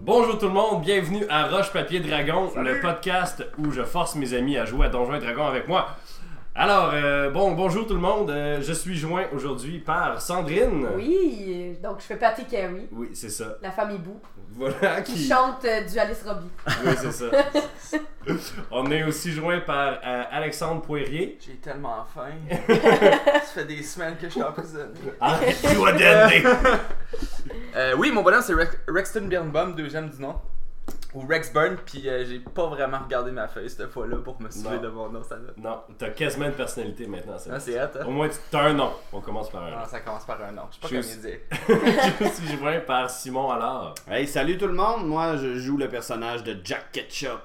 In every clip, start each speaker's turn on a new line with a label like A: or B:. A: Bonjour tout le monde, bienvenue à Roche Papier Dragon, le podcast où je force mes amis à jouer à Donjons et Dragons avec moi. Alors, euh, bon, bonjour tout le monde, euh, je suis joint aujourd'hui par Sandrine.
B: Oui, euh, donc je fais Patty Carey,
A: Oui, c'est ça.
B: la femme Boo,
A: Voilà
B: qui
A: qui.
B: chante euh, du Alice Robbie.
A: Oui, c'est ça. On est aussi joint par euh, Alexandre Poirier.
C: J'ai tellement faim. Ça fait des semaines que je suis emprisonné.
A: Ah, you are dead.
C: Euh, oui, mon bonhomme, c'est Rex- Rexton Birnbaum, deuxième du nom. Ou Rex Burn, puis euh, j'ai pas vraiment regardé ma feuille cette fois-là pour me souvenir
A: Non.
C: de mon nom, ça va.
A: Non, t'as quasiment une personnalité maintenant, c'est
B: Ah,
C: Non, c'est hot, hein?
A: Au moins, tu- t'as un nom. On commence par un nom.
C: Non, ça commence par un nom. Je sais pas
A: Je
C: comment
A: sais.
C: dire.
A: je suis joint par Simon alors.
D: Hey, salut tout le monde, moi je joue le personnage de Jack Ketchup.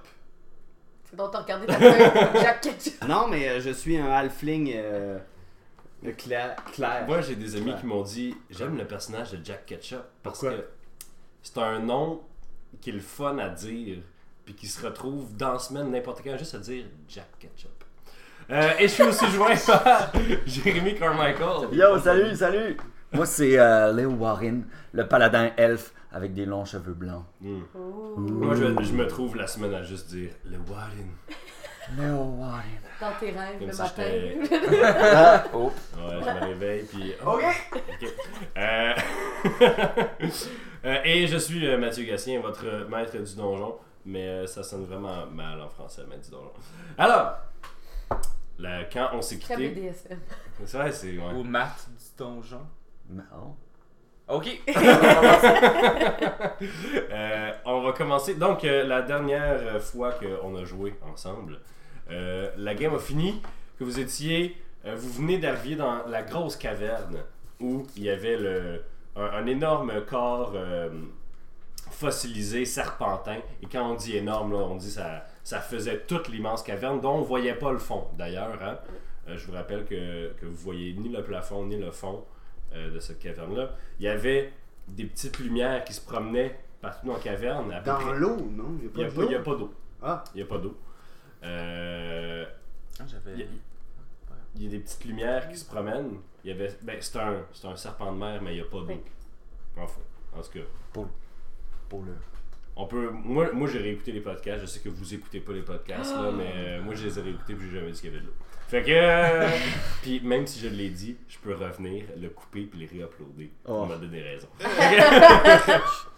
B: C'est dont t'as regardé ta feuille, Jack Ketchup.
D: Non, mais euh, je suis un halfling euh, de cla- clair.
A: Moi, j'ai des amis
D: Ouais.
A: qui m'ont dit j'aime le personnage de Jack Ketchup parce
D: Pourquoi?
A: que c'est un nom qui est le fun à dire puis qui se retrouve dans la semaine n'importe quand juste à dire Jack Ketchup. Euh, et je suis aussi joint par Jérémy Carmichael.
E: Yo, salut, salut! Moi, c'est euh, Leo Warren, le paladin elfe avec des longs cheveux blancs.
A: Moi, je, je me trouve la semaine à juste dire le Warren.
E: Leo Warren.
B: Dans tes rêves
A: Comme
B: le
A: si
B: matin.
D: Ah.
C: Oh.
A: Ouais, je me réveille puis. oh,
C: Ok!
A: ok. Euh, euh, et je suis euh, Mathieu Gassien, votre euh, maître du donjon, mais euh, ça sonne vraiment mal en français, maître du donjon. Alors, là, quand on s'est
B: Très hein.
A: quitté,
B: BDSM.
A: c'est vrai, c'est ouais.
C: Ou Matt du donjon.
E: Non.
C: Ok!
A: Euh, on va commencer. Donc, euh, la dernière fois qu'on a joué ensemble, euh, la game a fini, que vous étiez... euh, vous venez d'arriver dans la grosse caverne où il y avait le, un, un énorme corps euh, fossilisé, serpentin. Et quand on dit énorme, là, on dit ça, ça faisait toute l'immense caverne dont on voyait pas le fond, d'ailleurs. hein. Euh, je vous rappelle que, que vous voyez ni le plafond ni le fond euh, de cette caverne-là. Il y avait des petites lumières qui se promenaient partout dans la caverne. à peu
D: Dans
A: près-
D: l'eau, non Il
A: Il n'y
D: n'y
A: a
D: a
A: pas-
D: pas
A: il y a
D: d'eau.
A: pas d'eau.
D: Ah,
A: Il n'y a pas d'eau. Euh,
C: Ah,
A: il y a-
C: J'avais.
A: il y a des petites lumières qui se promènent. Il y avait, ben, c'est un, c'est un serpent de mer, mais il n'y a pas d'eau.
B: Oui.
A: Enfin, en tout cas,
E: Pour le.
A: on peut. Moi, moi j'ai réécouté les podcasts. Je sais que vous écoutez pas les podcasts,
D: Ah!
A: là, mais euh, moi, je les ai réécoutés puis j'ai jamais dit qu'il y avait de l'eau. Fait que. euh, puis même si je l'ai dit, je peux revenir, le couper puis les réuploader.
E: Oh.
A: On m'a donné raison.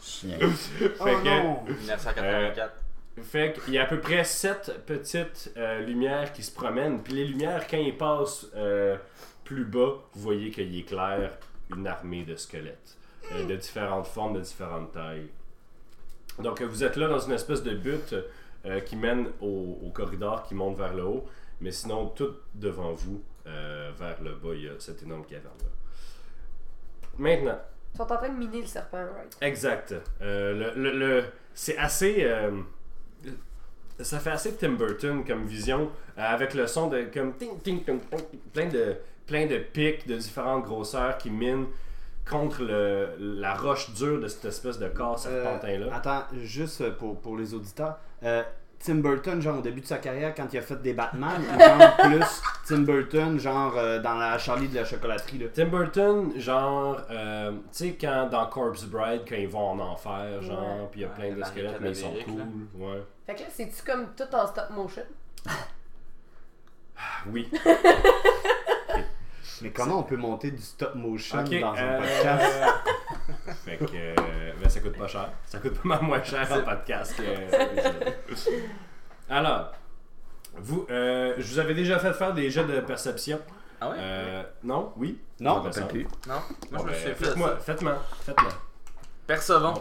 E: Chien.
D: oh
A: Fait que-
D: non
C: 1984.
A: Euh, Fait qu'il y a à peu près sept petites euh, lumières qui se promènent. Puis les lumières, quand ils passent euh, plus bas, vous voyez qu'il est clair une armée de squelettes. euh, de différentes formes, de différentes tailles. Donc euh, vous êtes là dans une espèce de butte euh, qui mène au, au corridor qui monte vers le haut. Mais sinon, tout devant vous, euh, vers le bas, il y a cette énorme caverne-là. Maintenant,
B: Ils sont en train de miner le serpent, right?
A: Exact. Euh, le, le- le- c'est assez. euh, ça fait assez Tim Burton comme vision, euh, avec le son de comme ting ting ting ting, ting, plein de plein de pics de différentes grosseurs qui minent contre le, la roche dure de cette espèce de corps serpentin là.
D: Euh, Attends, juste pour, pour les auditeurs. euh, Tim Burton, genre au début de sa carrière, quand il a fait des Batman, ou genre plus Tim Burton, genre euh, dans la Charlie de la chocolaterie, là.
A: Tim Burton, genre, euh, tu sais, quand dans Corpse Bride, quand ils vont en enfer,
B: Ouais.
A: genre, puis il y a
C: Ouais,
A: plein de
C: la
A: squelettes,
C: marionnette
A: mais ils sont
C: d'Amérique,
A: cool.
C: là.
A: Ouais.
B: Fait que là, c'est-tu comme tout en stop motion?
A: Ah, oui.
D: Mais comment on peut monter du stop motion
A: Ok,
D: dans un
A: euh,
D: podcast
A: Fait que euh, ben, ça coûte pas cher. Ça coûte pas mal moins cher en podcast que. Alors, vous, euh, je vous avais déjà fait faire des jets de perception.
C: Ah ouais?
A: Euh, non Oui
D: Non,
A: me
E: Rappelle
A: semble.
E: plus.
C: Non? Moi, je
A: Bon,
C: me
A: ben,
C: suis fait
A: Faites-moi,
C: ça.
A: faites-moi, faites-moi.
C: Percevons.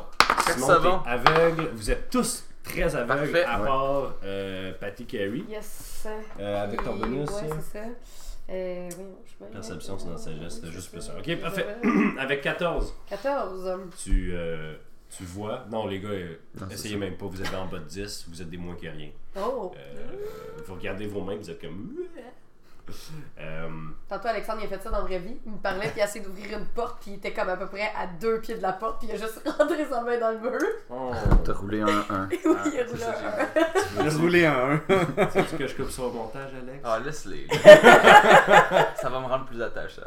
A: Sinon,
C: Percevons.
A: t'es aveugle, vous êtes tous très aveugles
C: Parfait.
A: à
E: Ouais.
A: part euh, Patty Carey.
B: Yes.
A: Euh, avec ton bonus.
B: Ouais,
A: là.
B: c'est ça. Euh, oui, non, je sais pas.
A: Perception, c'est dans sagesse, c'était
B: Oui,
A: juste
B: c'est
A: plus
B: ça.
A: ça. Ok, parfait. avec 14,
B: 14.
A: tu, euh, tu vois. Non, les gars, euh,
E: Non, c'est
A: essayez
E: ça.
A: même pas, vous êtes en bas de 10, vous êtes des moins que rien.
B: Oh!
A: Euh, vous regardez vos mains, vous êtes comme. Euh,
B: Tantôt, Alexandre, il a fait ça dans la vraie vie. Il me parlait, puis il a essayé d'ouvrir une porte, puis il était comme à peu près à deux pieds de la porte, puis il a juste rentré sa main dans le mur.
E: Ah, T'as roulé un 1.
B: Et oui,
C: Ah,
B: il a
C: c'est
B: roulé
C: ça,
B: un-
C: j'ai-
D: Rouler un 1.
A: Sais-tu que je coupe sur le montage, Alex
C: Ah, laisse-les. ça va me rendre plus attaché.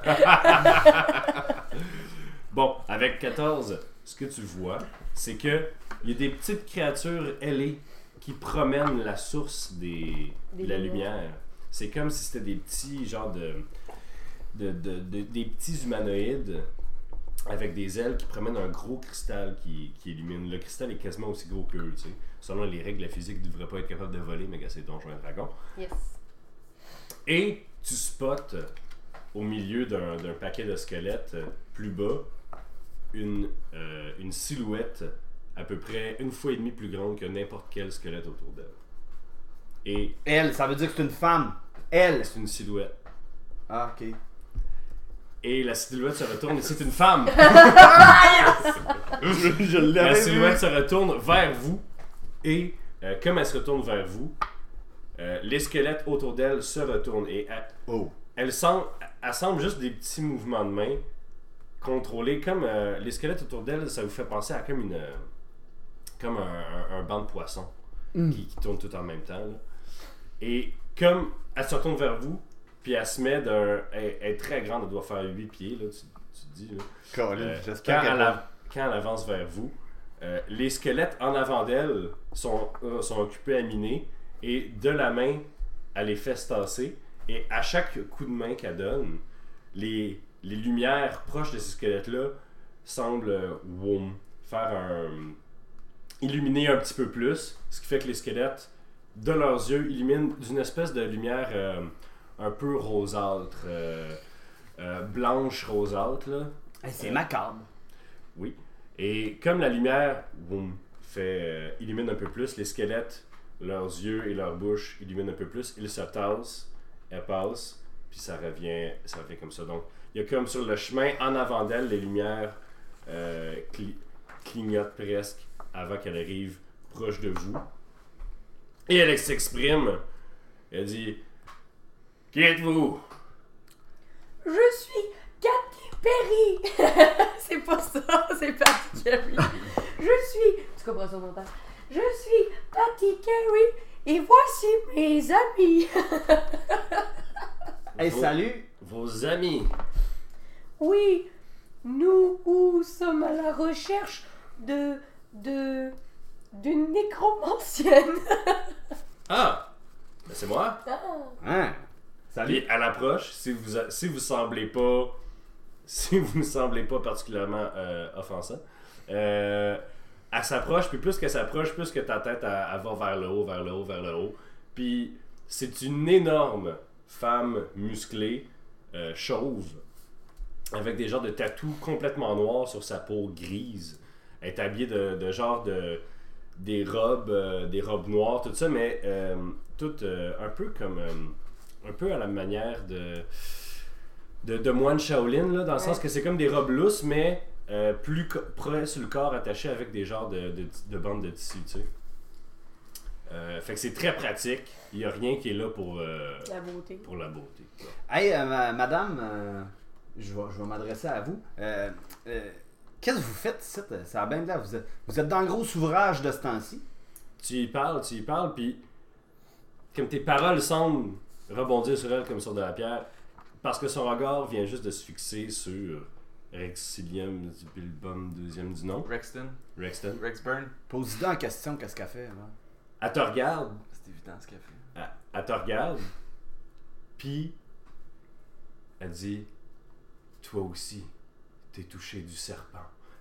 A: Bon, avec 14, ce que tu vois, c'est que Il y a des petites créatures ailées qui promènent la source des,
B: Des
A: de la
B: lumières.
A: lumière. C'est comme si c'était des petits genres de, de- de- de- des petits humanoïdes avec des ailes qui promènent un gros cristal qui, qui illumine. Le cristal est quasiment aussi gros qu'eux, tu sais. Selon les règles de la physique, ils ne devraient pas être capables de voler, mais gars, c'est Donjons et Dragons.
B: Yes.
A: Et tu spots euh, au milieu d'un d'un paquet de squelettes euh, plus bas une, euh, une silhouette à peu près une fois et demie plus grande que n'importe quel squelette autour d'elle. Et
D: Elle, ça veut dire que c'est une femme. Elle.
A: c'est une silhouette.
D: Ah, ok.
A: Et la silhouette se retourne et c'est une femme.
B: Ah,
D: je
A: La
D: l'avais vu.
A: silhouette se retourne vers vous et euh, comme elle se retourne vers vous, euh, les squelettes autour d'elle se retournent et elle-
D: Oh.
A: Elle semble, elle semble juste des petits mouvements de main contrôlés comme euh, les squelettes autour d'elle. Ça vous fait penser à comme une, euh, comme un, un- un banc de poissons qui, qui tourne tout en même temps. là. Et comme elle se retourne vers vous, puis elle se met d'un, elle, elle est très grande, elle doit faire 8 pieds là, tu, tu te dis. là.
D: Colin,
A: Euh,
D: j'espère
A: quand,
D: qu'elle
A: elle av- quand elle avance vers vous, euh, les squelettes en avant d'elle sont, euh, sont occupés à miner et de la main, elle les fait se tasser. Et à chaque coup de main qu'elle donne, les, les lumières proches de ces squelettes-là semblent euh, woum, faire un. illuminer un petit peu plus, ce qui fait que les squelettes, de leurs yeux, illuminent d'une espèce de lumière euh, un peu rosâtre, euh, euh, blanche rosâtre, là.
D: Eh, C'est macabre.
A: Oui. Et comme la lumière boum, fait, euh, illumine un peu plus, les squelettes, leurs yeux et leur bouche illuminent un peu plus, ils se tassent, elles passent, puis ça revient, ça revient comme ça. Donc, il y a comme sur le chemin, en avant d'elle, les lumières euh, cli- clignotent presque avant qu'elle arrive proche de vous. Et elle s'exprime. Elle dit Qui êtes-vous
B: Je suis Katy Perry! c'est pas ça, c'est Patty Carey. Je suis. Tu comprends son montage? Je suis Patty Carey et voici mes amis.
D: Hey,
A: Vos-
D: salut.
A: Vos amis.
B: Oui, nous où sommes à la recherche de. de. d'une nécromancienne.
A: Ah ben, C'est moi
B: Ah,
D: Hein?
A: Puis
D: Salut.
A: à l'approche, si vous a- si vous semblez pas si vous ne semblez pas particulièrement euh, offensant, euh, elle s'approche, puis plus qu'elle s'approche, plus que ta tête elle, elle va vers le haut, vers le haut, vers le haut. Puis c'est une énorme femme musclée, euh, chauve, avec des genres de tatous complètement noirs sur sa peau grise. Elle est habillée de, de genre de des robes, euh, des robes noires, tout ça, mais euh, toutes euh, un peu comme euh, un peu à la manière de de, de moine Shaolin là, dans le sens que c'est comme des robes lousses mais euh, plus co- près sur le corps attaché avec des genres de, de, de bandes de tissu, tu sais. Euh, fait que c'est très pratique. Il n'y a rien qui est là pour, euh,
B: La beauté.
A: pour la beauté.
D: Hey, euh, ma- madame, euh, je vais, je vais m'adresser à vous. Euh, euh, Qu'est-ce que vous faites ici? euh, Ça a bien de l'air. Vous êtes, vous êtes dans le gros ouvrage de ce temps-ci.
A: Tu y parles, tu y parles, puis comme tes paroles semblent rebondir sur elle comme sur de la pierre, parce que son regard vient juste de se fixer sur Rexilium du Bilbum, deuxième du nom,
C: Rexton,
A: Rexton.
C: Rexburn,
D: Pose-lui en question qu'est-ce qu'elle fait. Là.
A: Elle te regarde,
C: c'est évident ce qu'elle fait.
A: elle, elle te regarde, puis elle dit Toi aussi, t'es touché du serpent.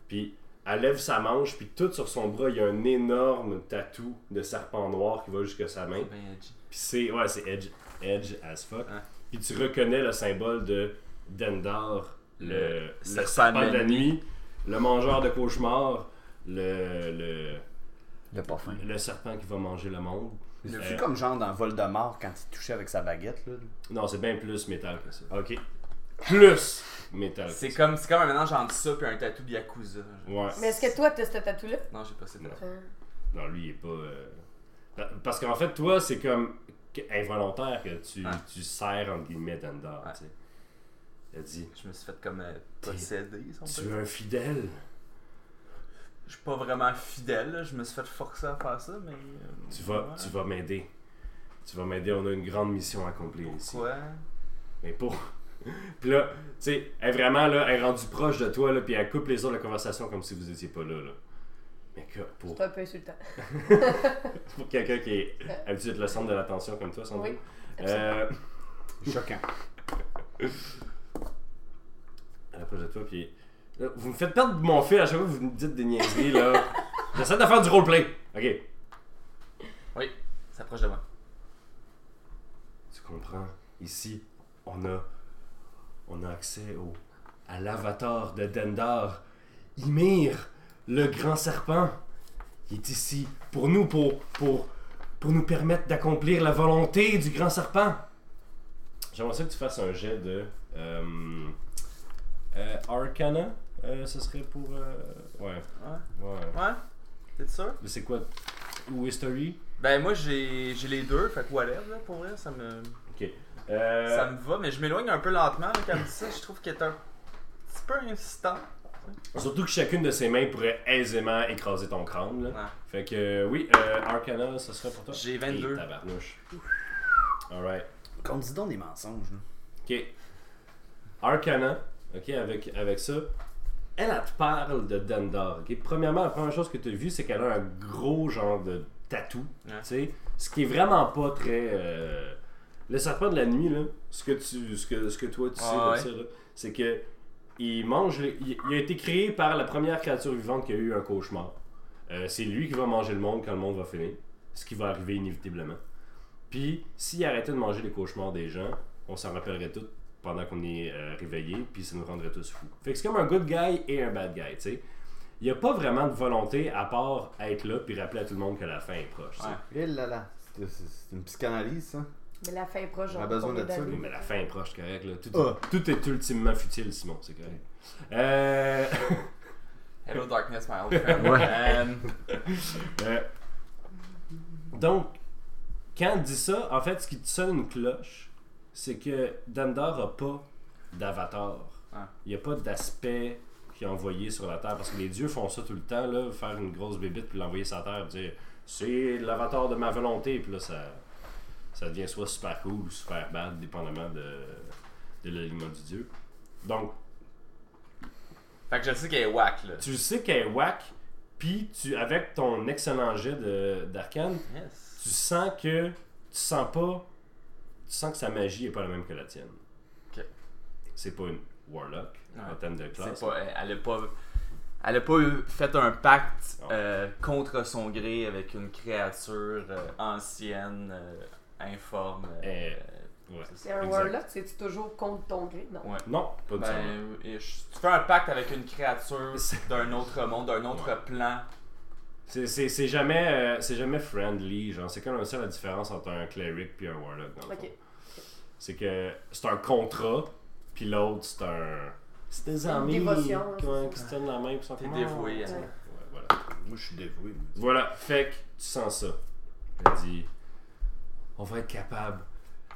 A: Puis elle lève sa manche, puis tout sur son bras, il y a un énorme tatou de serpent noir qui va jusqu'à sa main.
C: C'est bien edgy.
A: Puis c'est ouais, c'est edge edge as fuck.
C: Ouais.
A: Puis tu reconnais le symbole de Dendar, le, le
C: serpent
A: serpent
C: de
A: de
C: la
A: la nuit, le mangeur de cauchemars, le, le
E: Le parfum.
A: le serpent qui va manger le monde.
D: C'est
A: Euh,
D: comme genre dans Voldemort quand il touchait avec sa baguette. Là.
A: Non, c'est bien plus métal que ça.
D: Ok.
A: Plus métal. que
C: C'est
A: Ah, ça.
C: comme, c'est comme un mélange entre ça et un tatou de Yakuza. genre.
A: Ouais.
B: Mais est-ce que toi, t'as ce tatou-là?
C: Non, j'ai pas cette
A: Non.
B: Hein?
A: Non, lui, il est pas. euh, pa- Parce qu'en fait, toi, c'est comme que- involontaire que tu,
C: Ouais.
A: tu serres, entre guillemets, Dendar.
C: Hein? Ouais.
A: tu sais. Il a dit
C: Je me suis fait comme euh, posséder, si on peut
A: Tu
C: dire.
A: es un fidèle.
C: Je suis pas vraiment fidèle, là. je me suis fait forcer à faire ça, mais. euh,
A: Tu vas,
C: ouais.
A: tu vas m'aider. Tu vas m'aider, on a une grande mission à accomplir ici.
C: Quoi
A: Mais pour. puis là, tu sais, elle est vraiment là, elle est rendue proche de toi, là, puis elle coupe les autres de la conversation comme si vous étiez pas là. là. Mais que pour,
B: C'est un peu insultant.
A: pour quelqu'un qui est habitué d'être le centre de l'attention comme toi, sans
B: Euh. Oui.
A: doute. Euh,
D: Choquant.
A: à l'approche de toi, puis. là, vous me faites perdre mon fil à chaque fois que vous me dites des niaiseries, là. J'essaie de faire du roleplay. Ok.
C: Oui, s'approche de moi.
A: Tu comprends? Ici, on a, on a accès au, à l'avatar de Dendar. Ymir, le grand serpent, il est ici pour nous, pour, pour, pour nous permettre d'accomplir la volonté du grand serpent. J'aimerais ça que tu fasses un jet de euh, euh, Arcana. Euh, ce serait pour. euh, ouais,
C: Ouais.
A: ouais.
C: Ouais? T'es sûr?
A: Mais c'est quoi? Ou History?
C: Ben moi j'ai j'ai les deux, fait que whatever là, pour vrai, ça me
A: Euh,
C: ça me va, mais je m'éloigne un peu lentement là, quand je dis ça, je trouve qu'elle est un petit peu insistant.
A: Surtout que chacune de ses mains pourrait aisément écraser ton crâne. Là.
C: Ouais.
A: Fait que euh, oui, euh, Arcana, ce serait pour toi.
C: J'ai 22.
A: Et tabarnouche. Alright.
D: Qu'on dit donc des mensonges. là.
A: Ok. Arcana, ok, avec, avec ça. Elle, elle te parle de Dendar. ok? Premièrement, la première chose que tu as vue, c'est qu'elle a un gros genre de tatou.
C: Ouais.
A: tu sais, Ce qui est vraiment pas très. euh, Le serpent de la nuit, là, ce que, tu, ce que, ce que toi tu sais
C: Ah
A: de
C: ouais.
A: ça, là, c'est que il mange. les- Il, il a été créé par la première créature vivante qui a eu un cauchemar. Euh, c'est lui qui va manger le monde quand le monde va finir. Ce qui va arriver inévitablement. Puis, s'il arrêtait de manger les cauchemars des gens, on s'en rappellerait tout pendant qu'on est euh, réveillé, puis ça nous rendrait tous fous. Fait que c'est comme un good guy et un bad guy, tu sais. Il n'y a pas vraiment de volonté à part être là puis rappeler à tout le monde que la fin est proche. tu sais.
C: Ouais.
D: Eh là là. C'est c'est- c'est une psychanalyse, ça.
B: Mais la fin est proche,
D: On a
B: genre,
D: besoin
B: combien
D: de ça,
B: d'années?
A: Oui, mais la fin est proche, c'est correct. Là. Tout,
D: Ah.
A: tout est ultimement futile, Simon, c'est correct. Euh...
C: Hello darkness my old friend.
E: Ouais.
C: Euh,
A: Euh, donc, quand elle dit ça, en fait, ce qui te sonne une cloche, c'est que Dandar n'a pas d'avatar.
C: Ah.
A: Il n'y a pas d'aspect qui est envoyé sur la Terre. Parce que les dieux font ça tout le temps, là, faire une grosse bébite puis l'envoyer sur la Terre et dire c'est l'avatar de ma volonté. Puis là, ça, ça devient soit super cool ou super bad, dépendamment de, de l'alignement du dieu. Donc,
C: fait que je sais qu'elle est whack là.
A: tu sais qu'elle est whack, puis tu, avec ton excellent jet de- d'arcane,
C: Yes.
A: tu sens que tu sens pas tu sens que sa magie est pas la même que la tienne
C: Ok.
A: c'est pas une warlock en
C: Ouais.
A: termes de
C: C'est
A: classe
C: pas elle a pas elle a pas eu- fait un pacte
A: Non.
C: euh, contre son gré avec une créature euh, ancienne euh, informe. euh,
A: Eh, ouais.
C: c'est ça.
B: C'est un
A: Exact.
B: warlock, c'est toujours contre ton gré, non?
C: Ouais.
A: non pas du tout
C: Ben, et je- tu fais un pacte avec une créature
A: C'est-
C: d'un autre monde, d'un autre
A: Ouais.
C: plan.
A: c'est c'est- c'est jamais euh, c'est jamais friendly genre c'est comme ça la différence entre un cleric puis un warlock dans le
B: Ok.
A: fond. c'est que c'est un contrat puis l'autre c'est un c'est des amis
B: dévotion, là,
A: qui,
B: c'est ça.
A: qui se tiennent la main puis sont
C: T'es
A: comme,
C: dévoué hein. à
A: Ah,
C: ça.
A: ouais, voilà
D: Moi, je suis dévoué. moi.
A: Voilà, fait que tu sens ça. Elle dit On va être capable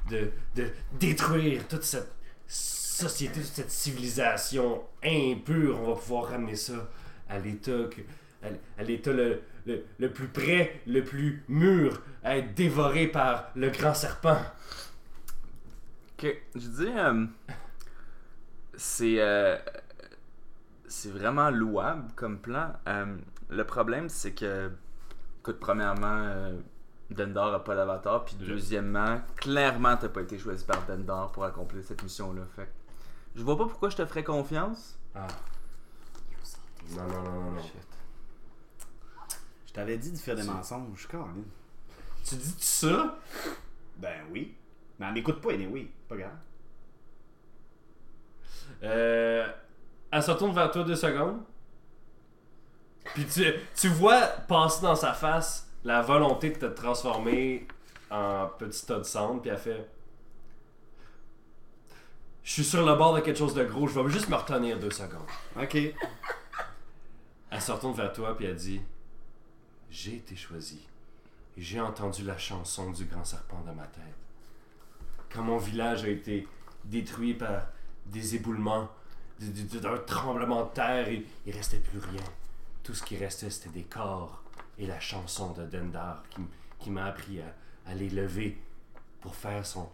A: de, de détruire toute cette société, toute cette civilisation impure. On va pouvoir ramener ça à l'état que- à l- à l'état le, le, le plus près, le plus mûr, à être dévoré par le grand serpent.
C: Ok, je dis, euh, c'est euh, c'est vraiment louable comme plan. Euh, le problème, c'est que, écoute, premièrement, euh, Dendor a pas d'avatar, puis
A: Je-
C: deuxièmement, clairement, t'as pas été choisi par Dendor pour accomplir cette mission-là. Fait que je vois pas pourquoi je te ferais confiance.
A: Ah. Non, non, non, non, non.
D: Je t'avais dit de faire des mensonges, Caroline.
A: Tu dis ça
D: Ben oui. Mais elle m'écoute pas, oui. Pas grave.
A: Euh, elle se retourne vers toi deux secondes. Puis tu, tu vois passer dans sa face la volonté de te transformer en petit tas de cendre. Puis elle fait Je suis sur le bord de quelque chose de gros, je vais juste me retenir deux secondes.
D: Ok.
A: Elle se retourne vers toi puis elle dit J'ai été choisi. Et J'ai entendu la chanson du grand serpent dans ma tête. Quand mon village a été détruit par des éboulements, d- d- d- d'un tremblement de terre, il, il restait plus rien. Tout ce qui restait, c'était des corps et la chanson de Dendar qui, m- qui m'a appris à, à les lever pour faire son,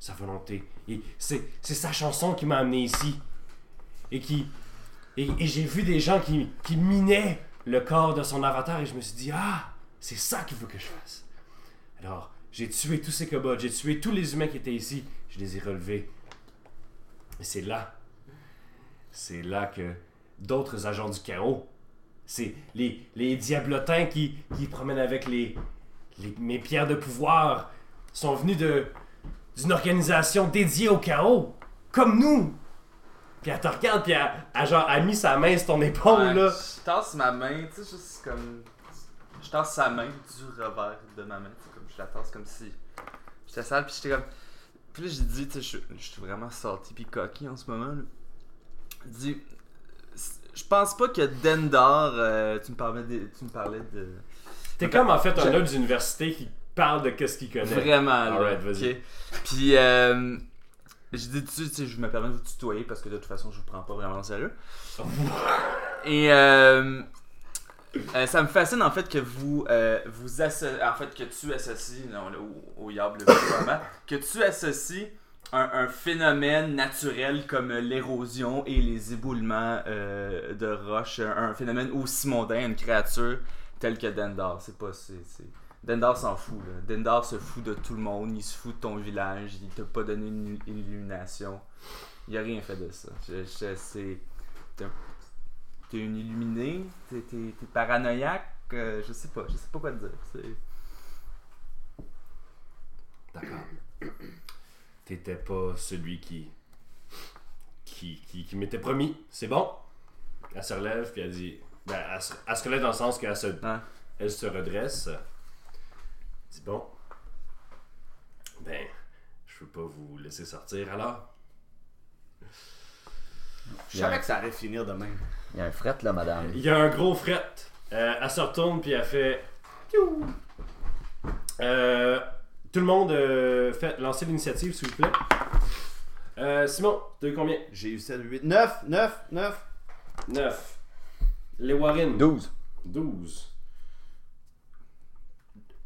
A: sa volonté. Et c'est c'est sa chanson qui m'a amené ici et qui, et, et j'ai vu des gens qui, qui minaient le corps de son avatar et je me suis dit Ah, c'est ça qu'il veut que je fasse. Alors, j'ai tué tous ces kobolds, j'ai tué tous les humains qui étaient ici, je les ai relevés. Et c'est là, c'est là que d'autres agents du chaos, c'est les, les diablotins qui, qui promènent avec les, les- mes pierres de pouvoir, sont venus de, d'une organisation dédiée au chaos, comme nous. Puis elle te regarde, puis elle, elle, genre, a mis sa main sur ton épaule,
C: Ouais,
A: là.
C: Je tasse ma main, tu sais, juste comme. Je tasse sa main du revers de ma main, tu sais, comme je la tasse comme si. J'étais sale, puis j'étais comme. Puis là, j'ai dit, tu sais, je je suis vraiment sorti puis coquille en ce moment, là. J'ai dit, je pense pas que Dendor. euh, tu, me parlais de, tu me parlais de.
A: T'es comme en fait un
C: Je-
A: homme d'université qui parle de qu'est-ce qu'il connaît.
C: Vraiment, là.
A: Alright, vas-y.
C: ok. Puis, euh, j'ai dit, tu sais, je me permets de vous tutoyer parce que de toute façon, je vous prends pas vraiment au sérieux. Et euh, euh, ça me fascine en fait que vous euh, vous asso- en fait que tu associes non, là, au, au yable le plus probablement, que tu associes un, un phénomène naturel comme l'érosion et les éboulements euh, de roches, un, un phénomène aussi mondain, à une créature telle que Dendar. C'est pas c'est, c'est- Dendar s'en fout. Là. Dendar se fout de tout le monde, il se fout de ton village, il t'a pas donné une illumination. Il a rien fait de ça. Je, je- c'est t'es un- t'es une illuminée, t'es, t'es, t'es paranoïaque, euh, je sais pas, je sais pas quoi te dire. c'est-
A: D'accord. T'étais pas celui qui. qui, qui, qui m'était promis. C'est bon. Elle se relève, puis elle dit. Ben, elle se, elle se relève dans le sens qu'elle se,
C: Ouais.
A: elle se redresse. Elle dit bon. Ben, je peux pas vous laisser sortir alors.
D: Je savais que ça allait finir demain.
E: Il y a un fret là, madame.
A: Il y a un gros fret. Euh, elle se retourne, puis elle fait. Piou! Euh, tout le monde, euh, fait, lancez l'initiative, s'il vous plaît. Euh, Simon, t'as eu combien
D: J'ai eu 7, 8, 9, 9, 9.
A: 9. Les Warren.
E: 12.
A: 12.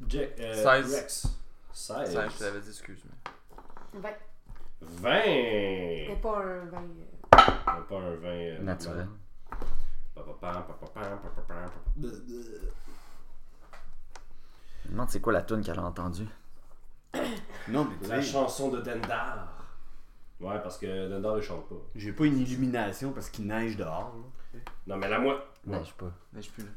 A: Jack. euh,
C: Seize.
A: Rex. 16.
C: Ça, je te l'avais dit, excuse-moi.
B: Vingt.
A: 20.
B: Mais pas un vingt, euh,
A: Ah, Pas un 20. euh,
E: Naturel.
A: blanc. Pa, pa, pam, pa, pa, pam, pa, pa, pam, pa, pa.
E: Je me demande c'est quoi la tune qu'elle a entendue.
D: Non, mais
A: La
D: tu sais,
A: chanson de Dendar. Ouais, parce que Dendar ne chante pas.
D: j'ai pas une illumination parce qu'il neige dehors. là.
A: Non, mais la moi.
E: Non, je sais pas.
C: Mais je suis plus là.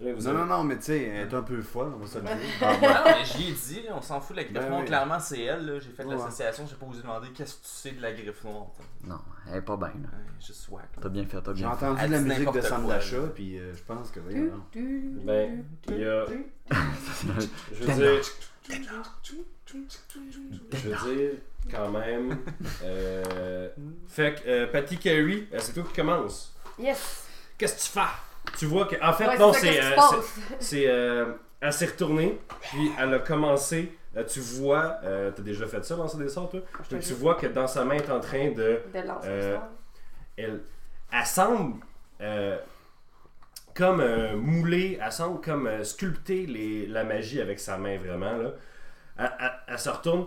A: Là, vous
D: Non,
A: avez-
D: non, non, mais tu sais, elle est un peu folle, on va se le dire.
C: Ah, voilà, mais j'y ai dit, là, on s'en fout de la Griffon.
D: oui.
C: Clairement, c'est elle, là, j'ai fait
D: Ouais.
C: l'association, j'ai pas osé demander qu'est-ce que tu sais de la Griffon.
E: Non, elle est pas bien, là.
C: Juste whack. là.
E: T'as bien fait, t'as
D: J'ai
E: bien fait.
D: entendu
C: Elle
D: la
C: dit
D: musique de
C: n'importe quoi,
D: Sandacha,
C: là.
D: puis euh, je pense que.
B: tu,
D: voyons,
B: tu,
A: Ben,
B: tu,
A: il y a-
B: tu.
A: Je veux dire. Je veux dire, quand même. euh, Fait que, euh, Patty Carey, euh, c'est toi qui commence.
B: Yes!
A: Qu'est-ce que tu fais? Tu vois que. En fait,
B: Ouais,
A: non,
B: ça,
A: c'est.
B: qu'est-ce qui
A: euh,
B: se
A: c'est-
B: passe?
A: c'est. euh, elle s'est retournée, puis elle a commencé. euh, tu vois. euh, T'as déjà fait ça, lancer des sorts, toi?
B: Je te
A: Tu
B: jure.
A: vois que dans sa main, elle est en train de.
B: De lancer
A: Euh,
B: le sort.
A: Elle, elle semble. euh, comme euh, moulée, elle semble comme euh, sculpter les- la magie avec sa main, vraiment. Là. Elle- elle- elle se retourne.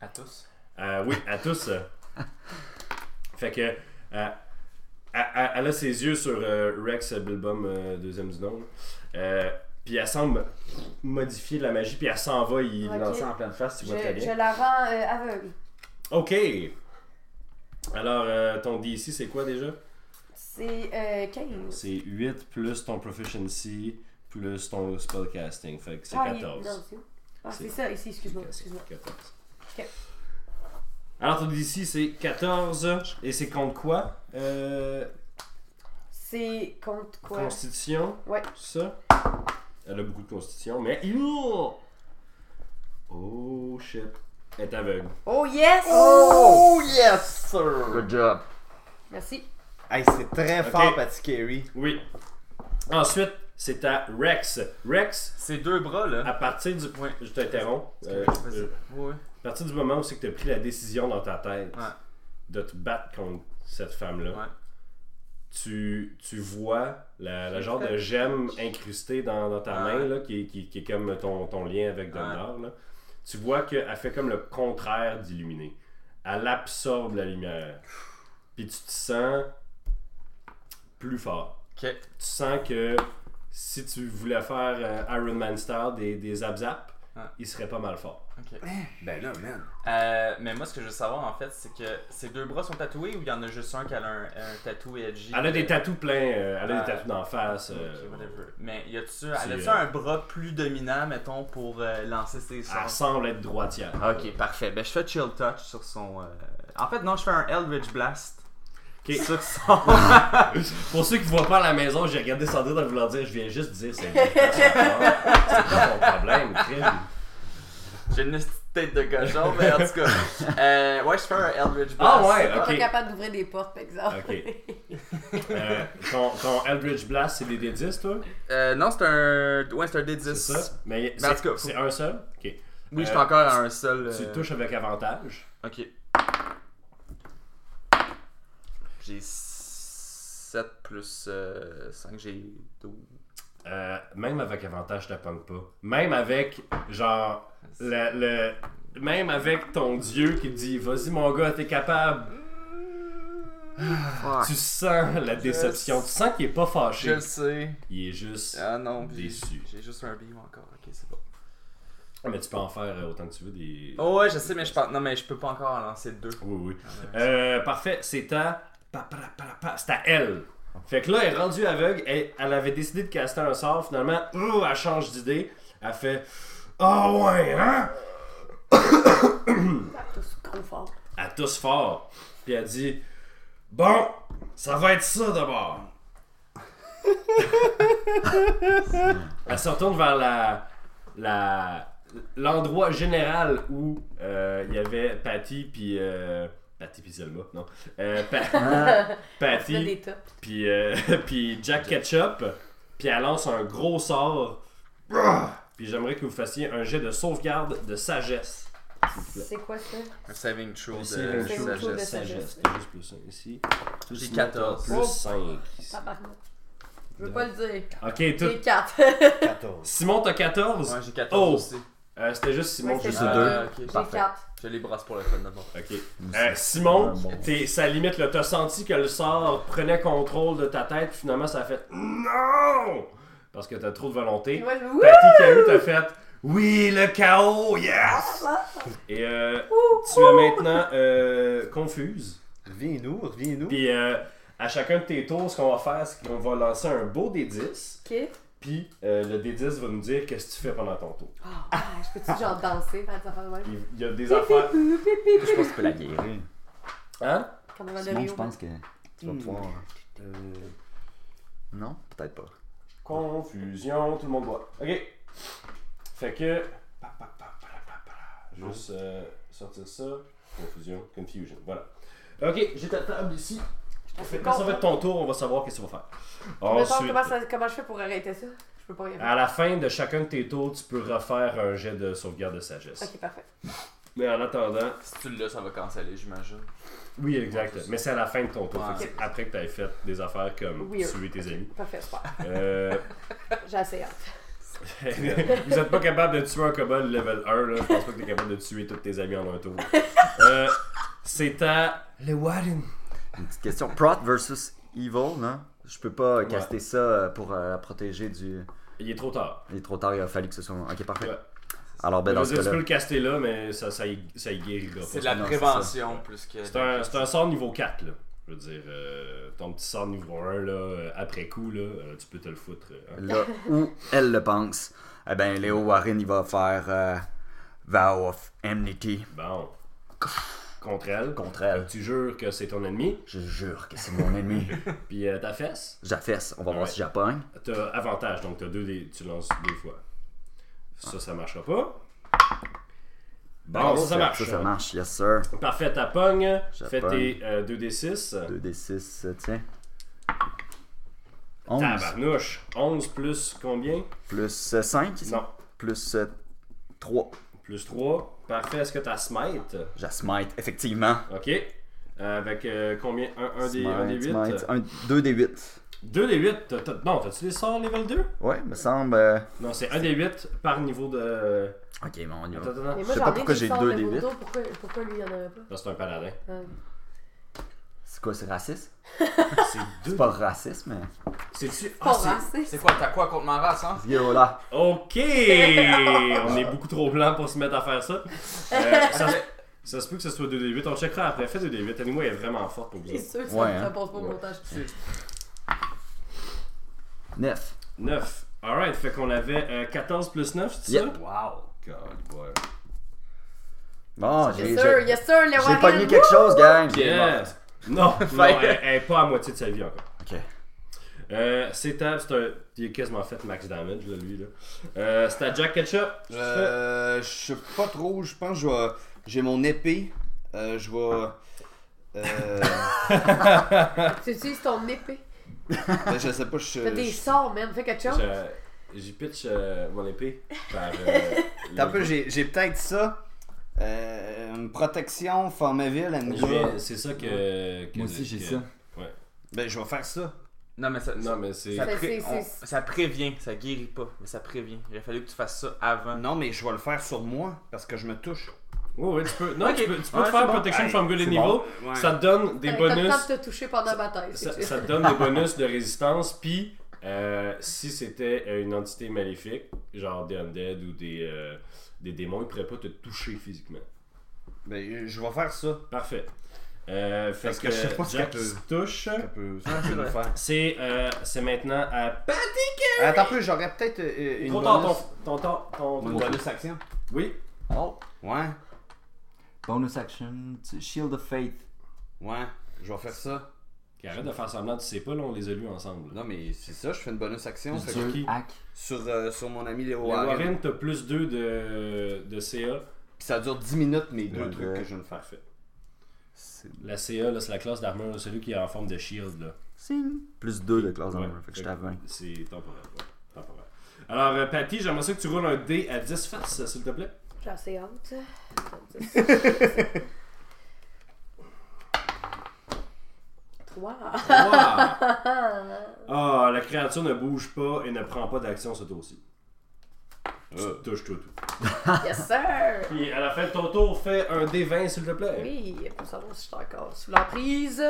C: À tous.
A: Euh, oui, à tous. euh. fait que. euh, elle- elle elle a ses yeux sur euh, Rex Bilbom, euh, deuxième du nom. là. Euh, puis elle semble modifier la magie, puis elle s'en va, il
B: Ok.
A: lance ça en pleine face, tu vois très
B: Je, je
A: bien.
B: la rends euh, aveugle.
A: Ok! Alors, euh, ton DC, c'est quoi déjà
B: C'est euh, 15.
A: C'est 8 plus ton proficiency plus ton spellcasting. Fait que c'est
B: Ah, il-
A: 14.
B: non, c'est où? Ah,
A: C'est-
B: c'est ça, ici, excuse-moi.
A: Ok, c'est
B: Excuse-moi.
A: 14.
B: Ok.
A: Alors, ton DC, c'est 14. Et c'est contre quoi Euh,
B: C'est contre quoi?
A: Constitution
B: Ouais.
A: Ça Elle a beaucoup de constitution, mais. Yo! Oh shit. Elle est aveugle.
B: Oh yes!
D: Oh yes, sir!
E: Good job.
B: Merci.
D: Hey, c'est très
A: Ok.
D: fort, Patty Carey.
A: Oui. Ensuite, c'est à Rex. Rex,
C: Ces deux bras,
A: à
C: là.
A: partir du.
C: Ouais.
A: Je t'interromps. Euh,
C: correct, vas-y.
A: euh,
C: Ouais.
A: à partir du moment où c'est que tu as pris la décision dans ta tête
C: Ouais.
A: de te battre contre cette femme-là,
C: Ouais.
A: tu, tu vois la, la
C: J'ai
A: genre
C: fait-
A: de gemme incrustée dans, dans ta
C: Ouais.
A: main, là, qui, est- qui, qui est comme ton, ton lien avec Donnard. là. Tu vois qu'elle fait comme le contraire d'illuminer. Elle absorbe la lumière. Puis tu te sens plus fort.
C: Ok. Ok.
A: tu sens que si tu voulais faire euh, Iron Man Star des, des abzap,
C: Ouais.
A: il serait pas mal fort.
C: Ok.
D: Ben là, man.
C: Euh, mais moi, ce que je veux savoir, en fait, c'est que ces deux bras sont tatoués ou il y en a juste un qui a un, un tatou edgy?
A: Elle a des tatous pleins, euh, elle a
C: Ah.
A: des tatous d'en face.
C: Ok,
A: euh,
C: whatever. Mais y a-tu, elle a-tu
A: euh,
C: un bras plus dominant, mettons, pour euh, lancer ses
A: elle
C: sorts?
A: semble être droitière.
C: Ok, parfait. Ben, je fais Chill Touch sur son. euh, En fait, non, je fais un Eldritch Blast.
A: Ok.
C: Sur son.
A: Pour ceux qui voient pas à la maison, j'ai regardé Sandrine en voulant dire, je viens juste dire c'est c'est pas mon problème, crime.
C: J'ai une petite tête de cochon, mais en tout cas. Euh, ouais, je fais un Eldritch Blast.
A: Ah ouais,
B: Je suis pas
A: ok.
B: capable d'ouvrir des portes, par exemple.
A: Ok. Euh, ton, ton Eldritch Blast, c'est des D10, toi
C: Euh, non, c'est un. Ouais, c'est un
A: C'est
C: D10.
A: ça Mais
C: Mais en tout cas,
A: c'est c'est un seul Ok.
C: Oui, je suis
A: Euh,
C: encore à un seul. euh,
A: Tu touches avec avantage.
C: Ok. J'ai 7 plus 5, j'ai 12.
A: Euh, même avec avantage, je te pogne pas. Même avec, genre, le, le- Même avec ton dieu qui dit Vas-y, mon gars, t'es capable. Tu sens la déception. Tu sens qu'il est pas
C: Ah. Je
A: fâché.
C: le sais.
A: Il est juste.
C: Ah non, puis
A: Déçu.
C: J'ai juste un bim encore. Ok, c'est bon.
A: Ah, Mais tu peux en faire euh, autant que tu veux des.
C: Oh Ah, ouais, je sais, mais je pense... non, mais je peux pas encore en lancer deux.
A: Oui, oui. Euh, parfait, c'est à. pa- pa- pa- pa- pa- C'est à elle. Fait que là, elle est rendue aveugle. Elle, elle avait décidé de caster un sort. Finalement, ouh, elle change d'idée. Elle fait Ah ouais, hein
B: Tous trop fort.
A: Elle tousse fort. Puis elle dit Bon, ça va être ça d'abord. elle se retourne vers la. la l'endroit général où euh, il y avait Patty puis euh, Patty puis Selma non Euh, Pa-
B: Tu fais
A: Patty
B: des tops.
A: puis euh, puis Jack Ketchup puis elle lance un gros sort puis j'aimerais que vous fassiez un jet de sauvegarde de sagesse s'il vous plaît.
B: C'est quoi ça?
C: Un saving throw Euh, de
A: Ici, le
B: saving
A: show
B: throw
A: de
B: de
A: euh,
C: sagesse.
A: sagesse.
B: sagesse.
A: T'as juste plus 1 ici. Plus
C: J'ai
A: neuf,
C: 14.
A: Plus
B: Oh.
A: 5
B: Tabarnak. Je veux pas le dire.
A: Ok, tout.
B: J'ai 4.
D: 14.
A: Simon, t'as 14
C: Ouais, j'ai 14
A: Oh!
C: aussi.
A: Euh, C'était juste Simon.
B: Ouais,
A: qui
B: c'est
A: juste
E: ça.
A: deux.
C: Ah, ok,
B: J'ai
E: Parfait.
B: 4.
C: Je les brasse pour le fun d'abord.
A: Ok. Euh, Simon,
E: Bon.
A: t'es- ça limite, là, t'as senti que le sort prenait contrôle de ta tête, puis finalement ça a fait NON Parce que t'as trop de volonté.
B: Et moi, je veux.
A: Patty Cahu t'a fait Oui, le chaos, yes Et euh, tu es maintenant euh, confuse.
D: Reviens-nous, reviens-nous.
A: Puis euh, à chacun de tes tours, ce qu'on va faire, c'est qu'on va lancer un beau D10.
B: Ok.
A: Puis euh, le D10 va nous dire qu'est-ce que tu fais pendant ton tour.
B: Oh, ouais, je peux-tu genre danser, faire des affaires de même?
A: Il il y a des affaires.
E: Je pense que tu peux la guérir.
A: Hein?
B: Comme un
E: Simon,
B: Rio.
E: je pense que tu vas
D: Hmm.
E: pouvoir.
D: Euh,
E: Non, peut-être pas.
A: Confusion, tout le monde voit. Ok. Fait que. pa, pa, pa, pa, la, pa, pa, la. Juste euh, sortir ça. Confusion, confusion. Voilà. Ok, j'ai ta table ici. Fait que quand ça va être ton tour, on va savoir qu'est-ce qu'on va faire.
B: Mettons,
A: Ensuite,
B: comment, ça- comment je fais pour arrêter ça? Je peux pas rien faire.
A: à la fin de chacun de tes tours, tu peux refaire un jet de sauvegarde de
E: Ah.
A: sagesse.
B: Ok, parfait.
A: Mais en attendant,
C: Si tu l'as, ça va canceller, j'imagine.
A: Oui, exact. Mais c'est à la fin de ton tour.
C: Ouais.
A: Fait que c'est après que t'avais fait des affaires comme
B: Weird.
A: tuer tes amis.
B: Parfait, super.
A: Euh,
B: J'ai assez hâte.
A: vous êtes pas capable de tuer un kobold level 1, là. Je pense pas que t'es capable de tuer tous tes amis en un tour. Euh, c'est à. Le Warren.
E: Une petite question. Prot versus Evil, non? Je peux pas euh, caster ça euh, pour euh, la protéger du.
A: Il est trop tard.
E: Il est trop tard, il a fallu que ce soit. Ok, parfait.
A: Ouais.
E: Alors, ben,
A: Je
E: dans
A: veux
E: ce
A: dire, tu peux
E: cas-là.
A: le caster là, mais ça, ça, y, ça y guérira pas.
C: C'est de la
E: non, c'est
C: prévention plus que.
A: C'est un, c'est un sort niveau 4, là. Je veux dire, euh, ton petit sort niveau 1, là, euh, après coup, là, euh, tu peux te le foutre. hein.
E: Là où elle le pense, eh ben, Léo Warren, il va faire euh, Vow of Enmity
A: Bon. Contre elle.
E: contre elle.
A: Tu jures que c'est ton ennemi,
E: Je jure que c'est mon ennemi.
A: puis euh, ta fesse.
E: J'affaisse, on va voir
A: Ouais.
E: si j'appogne.
A: T'as avantage, donc t'as deux dés- tu lances deux fois. Ça, ça marchera pas. Bon, ça, ça marche. hein.
E: Ça, ça marche, yes sir.
A: Parfait, ta pogne.
E: Je
A: Fais
E: pogne.
A: tes euh, 2d6.
E: 2d6, euh, tiens. 11
A: Tabarnouche. 11 plus combien
E: plus 5,
A: Non.
E: plus euh, 3.
A: Plus 3. Parfait, est-ce que t'as smite
E: J'asmite, effectivement.
A: Ok. Euh, avec euh, combien 1,
E: Smite,
A: d 1
E: smite.
A: d8
E: Un- 2d8.
A: 2 d8. t'as- t'as- Non, t'as-tu des sorts level 2
E: Ouais, me semble. euh,
A: Non, c'est 1 d8 par niveau de.
E: Ok, bon, on y
A: Attends,
E: va.
A: attends, attends.
B: Mais moi,
E: Je sais
B: j'en
E: pas
B: ai
E: pourquoi
B: des
E: j'ai
B: sorts
E: deux
B: de
E: des huit.
B: Bordeaux, Pourquoi, pourquoi lui, il y en avait pas?
A: Parce que c'est un paladin.
B: Euh,
E: C'est quoi, c'est raciste?
A: C'est
E: C'est
A: deux.
E: pas raciste, mais...
A: C'est-tu.
B: Pas
A: Ah, c'est-
B: raciste.
C: C'est quoi, t'as quoi contre ma race, hein?
E: Yo, là.
A: Ok! On est beaucoup trop blanc pour se mettre à faire ça. Euh, ça, se- ça se peut que ce soit 2D8. On checkera après. Fais 2D8. Anyway, elle est vraiment forte pour vous.
B: C'est sûr que ça
E: Ouais,
B: ne
E: hein.
B: passe pas au montage.
E: 9.
A: 9. Alright, fait qu'on avait euh, 14 plus 9, c'est
E: Yep.
A: ça? Wow! God, boy.
E: Bon, j'ai...
B: Yes sir,
E: j'ai-
B: yes sir, le
E: J'ai
B: Warren.
E: pogné quelque chose, gang!
C: Puis elle est
A: Yeah.
C: morte.
A: Non, non
C: Fait-
A: elle, elle est pas à moitié de sa vie encore.
E: Ok.
A: Euh, c'est à. C'est un. Il est quasiment fait max damage, là, lui. Là. Euh, c'est à Jack Ketchup.
D: Euh, je sais pas trop, je pense que je vais- j'ai mon épée. Euh, je vais. euh,
B: Tu utilises ton épée.
D: ben, je sais pas, je.
E: Euh,
B: T'as des
D: je-
B: sorts, man. Fais quelque chose.
A: Je- J'y pitch euh, mon épée par. euh,
D: T'as un
A: le-
D: peu, j'ai j'ai peut-être ça. Euh, une protection, Formaville, and
A: Je
D: Good.
A: vais- C'est ça que. que- que-
D: Ben, je vais faire ça.
C: Non, mais ça,
A: Non, mais c'est.
C: ça,
B: C'est-
C: pré-
B: c'est-
C: on-
B: c'est-
C: ça prévient, ça guérit pas, mais ça prévient. Il aurait fallu que tu fasses ça avant.
D: Non, mais je vais le faire sur moi parce que je me touche.
A: Ouais, ouais, tu peux. Non,
C: Ok.
A: tu peux, tu peux
C: Ouais,
A: te
C: c'est
A: faire
C: bon.
A: Protection
D: Hey,
A: from Good
D: c'est
A: and
D: bon.
A: Evil.
D: Ouais.
A: Ça te donne des
B: T'as le temps
A: bonus.
B: de te toucher pendant la bataille.
A: Ça,
B: c'est tout.
A: ça te donne des bonus de résistance, puis euh, si c'était euh, une entité maléfique, genre des undead ou des, euh, des démons, ils pourraient pas te toucher physiquement.
D: Ben, je vais faire ça.
A: Parfait. Euh, fait
D: Parce
A: que,
D: que je sais pas ce
A: Jack
D: qu'elle
A: qui se
D: peut-
A: touche.
D: Ça peut, ça
C: Ah,
D: peut
C: c'est
D: le
C: vrai.
D: faire.
A: C'est euh, c'est maintenant à Pat.
D: Attends un peu, j'aurais peut-être euh, une
A: Ton
D: bonus,
A: temps, ton temps, ton
D: une
A: ton-
D: bonus action.
A: Oui.
E: Oh.
D: Ouais,
E: Bonus action. tu- Shield of Faith.
D: ouais, je vais faire ça.
A: Ok, Arrête de faire semblant, tu sais pas, là, on les a lus ensemble. là.
D: Non, mais c'est ça, je fais une bonus action fait que-
A: Dieu.
E: Dieu.
A: qui?
E: Hack.
D: sur, euh, sur mon ami Léo
A: Le
D: Warren.
A: Warren, t'as plus 2 de, de CA.
D: Puis ça dure 10 minutes, mes deux
E: Ouais,
D: trucs
E: ouais.
D: que je viens de faire.
A: Parfait. La CA, là, c'est la classe d'armure, là, celui qui est en forme de shield. Là.
E: Sing. Plus 2 de classe
A: Ouais.
E: d'armure, fait que j'étais à 20.
A: C'est temporaire. ouais. Temporaire. Alors, euh, Patty, j'aimerais ça que tu roules un dé à 10 faces, s'il te plaît.
B: J'ai assez hâte. Trois.
A: Ah, la créature ne bouge pas et ne prend pas d'action ce tour-ci. Tu
D: Euh.
A: touches tout, tout.
B: Yes, sir!
A: Puis à la fin de ton tour, fais un D20, s'il te plaît.
B: Oui, pour savoir si je suis encore sous l'emprise.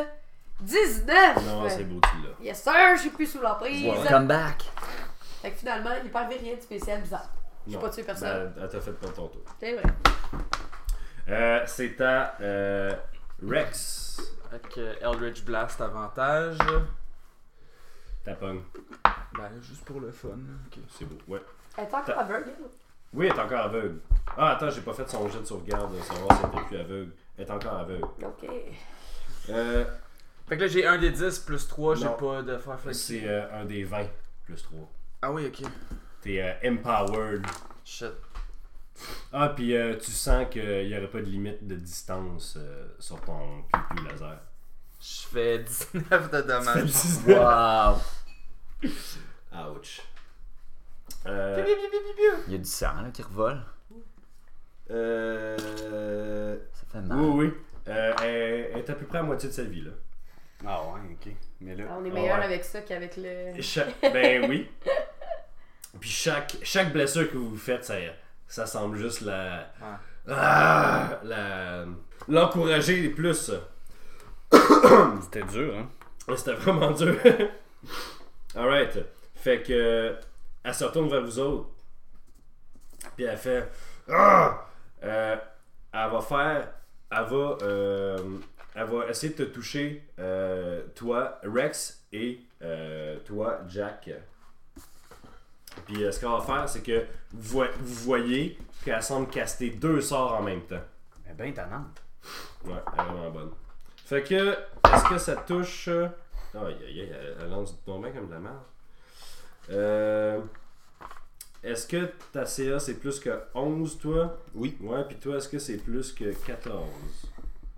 B: 19!
A: Non, c'est beau, tu l'as.
B: Yes, sir, je suis plus sous l'emprise.
E: Come back.
B: Fait que finalement, il parvient rien de spécial bizarre. J'ai
A: Non.
B: pas tué personne.
A: Ben, elle t'a fait perdre ton tour.
B: C'est vrai.
A: Euh, c'est à euh, Rex.
C: Avec Eldritch Blast avantage.
A: Ta pogne.
C: Ben, juste pour le fun. Ok.
A: C'est beau. Ouais.
B: Elle est encore
A: T'as-
B: aveugle. hein?
A: Oui, elle est encore aveugle. Ah, attends, j'ai pas fait son jet de sauvegarde, savoir si elle était plus aveugle. Elle est encore aveugle.
B: Ok.
A: Euh,
C: Fait que là, j'ai 1 des 10 plus 3, j'ai
A: Non.
C: pas de faire flex.
A: c'est euh, un des 20 plus 3.
C: Ah oui, ok.
A: T'es euh, empowered.
C: Shit.
A: Ah, puis euh, tu sens qu'il n'y aurait pas de limite de distance euh, sur ton PQ laser.
C: Je fais 19 de dommages.
E: Wow.
A: Ouch. Euh,
E: Il y a du sang là, qui revole.
A: euh,
E: Ça fait mal.
A: oui, oui. Euh, elle, elle est à peu près à moitié de sa vie, là.
D: Ah ouais, ok. Mais là,
B: Ah, on est meilleur
A: Ouais.
B: avec ça qu'avec le.
A: Cha- ben oui. Puis chaque, chaque blessure que vous faites, ça, ça semble juste la.
C: Ah.
A: Ah, la- L'encourager plus.
B: Ah.
D: c'était dur, hein.
A: Ah, C'était vraiment dur. Alright. Fait que. Elle se retourne vers vous autres. Puis elle fait. Ah! Euh, elle va faire. Elle va. euh, elle va essayer de te toucher. euh, toi, Rex, et euh, toi, Jack. Puis euh, ce qu'elle va faire, c'est que vous, voy- vous voyez qu'elle semble caster deux sorts en même temps.
D: Mais ben tannante.
A: Ouais, elle est vraiment bonne. Fait que, est-ce que ça touche. euh, Aïe, aïe, aïe, elle- elle lance du tombin comme de la merde. Euh, Est-ce que ta CA c'est plus que 11, toi
D: Oui.
A: Ouais, puis toi, est-ce que c'est plus que 14